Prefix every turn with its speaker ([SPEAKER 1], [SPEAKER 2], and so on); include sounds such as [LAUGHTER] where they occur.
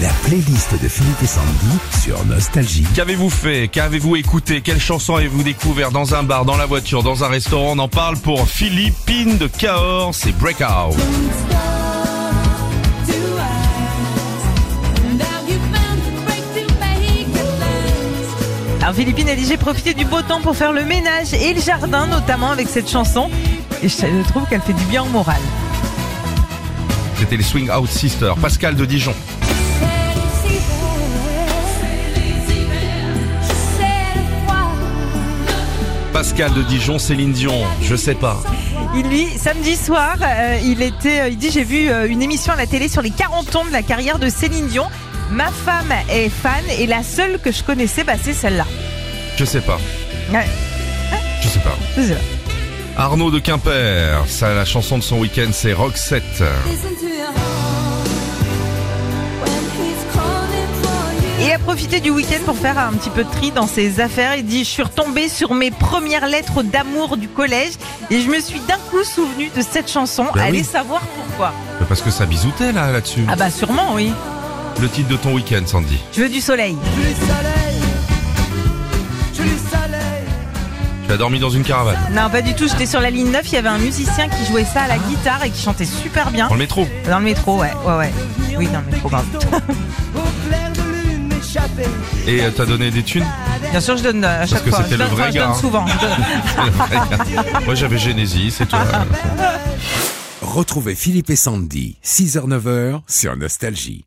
[SPEAKER 1] La playlist de Philippe et Sandy sur Nostalgie.
[SPEAKER 2] Qu'avez-vous fait Qu'avez-vous écouté Quelle chanson avez-vous découvert dans un bar, dans la voiture, dans un restaurant On en parle pour Philippine de Cahors, c'est Breakout.
[SPEAKER 3] Alors Philippine a dit j'ai profité du beau temps pour faire le ménage et le jardin notamment avec cette chanson et je trouve qu'elle fait du bien au moral.
[SPEAKER 2] C'était les Swing Out Sisters. Pascal de Dijon. Pascal de Dijon, Céline Dion, je sais pas.
[SPEAKER 3] Il lui samedi soir euh, il était euh, il dit j'ai vu euh, une émission à la télé sur les 40 ans de la carrière de Céline Dion. Ma femme est fan et la seule que je connaissais bah, c'est celle-là.
[SPEAKER 2] Je sais pas.
[SPEAKER 3] Ouais,
[SPEAKER 2] Je sais pas.
[SPEAKER 3] c'est ça.
[SPEAKER 2] Arnaud de Quimper, ça, la chanson de son week-end, c'est Roxette.
[SPEAKER 3] Et a profité du week-end pour faire un petit peu de tri dans ses affaires. Il dit Je suis retombée sur mes premières lettres d'amour du collège et je me suis d'un coup souvenue de cette chanson.
[SPEAKER 2] Ben
[SPEAKER 3] Allez
[SPEAKER 2] oui.
[SPEAKER 3] savoir pourquoi.
[SPEAKER 2] Parce que ça bisoutait là, là-dessus.
[SPEAKER 3] Ah, bah sûrement, oui.
[SPEAKER 2] Le titre de ton week-end, Sandy.
[SPEAKER 3] Je veux du soleil.
[SPEAKER 2] Tu as dormi dans une caravane.
[SPEAKER 3] Non, pas du tout. J'étais sur la ligne 9. Il y avait un musicien qui jouait ça à la guitare et qui chantait super bien.
[SPEAKER 2] Dans le métro.
[SPEAKER 3] Dans le métro, ouais, ouais, ouais. Oui, dans le métro, pardon.
[SPEAKER 2] Et euh, t'as donné des
[SPEAKER 3] [LAUGHS]
[SPEAKER 2] thunes [LAUGHS]
[SPEAKER 3] Bien sûr, je donne euh, à chaque
[SPEAKER 2] que
[SPEAKER 3] fois.
[SPEAKER 2] c'était
[SPEAKER 3] je
[SPEAKER 2] le
[SPEAKER 3] donne,
[SPEAKER 2] vrai
[SPEAKER 3] enfin, je
[SPEAKER 2] gars,
[SPEAKER 3] donne
[SPEAKER 2] hein. [LAUGHS]
[SPEAKER 3] souvent. Je donne-
[SPEAKER 2] Moi j'avais Genesis et toi. euh,
[SPEAKER 1] Retrouvez Philippe et Sandy, 6h-9h sur Nostalgie.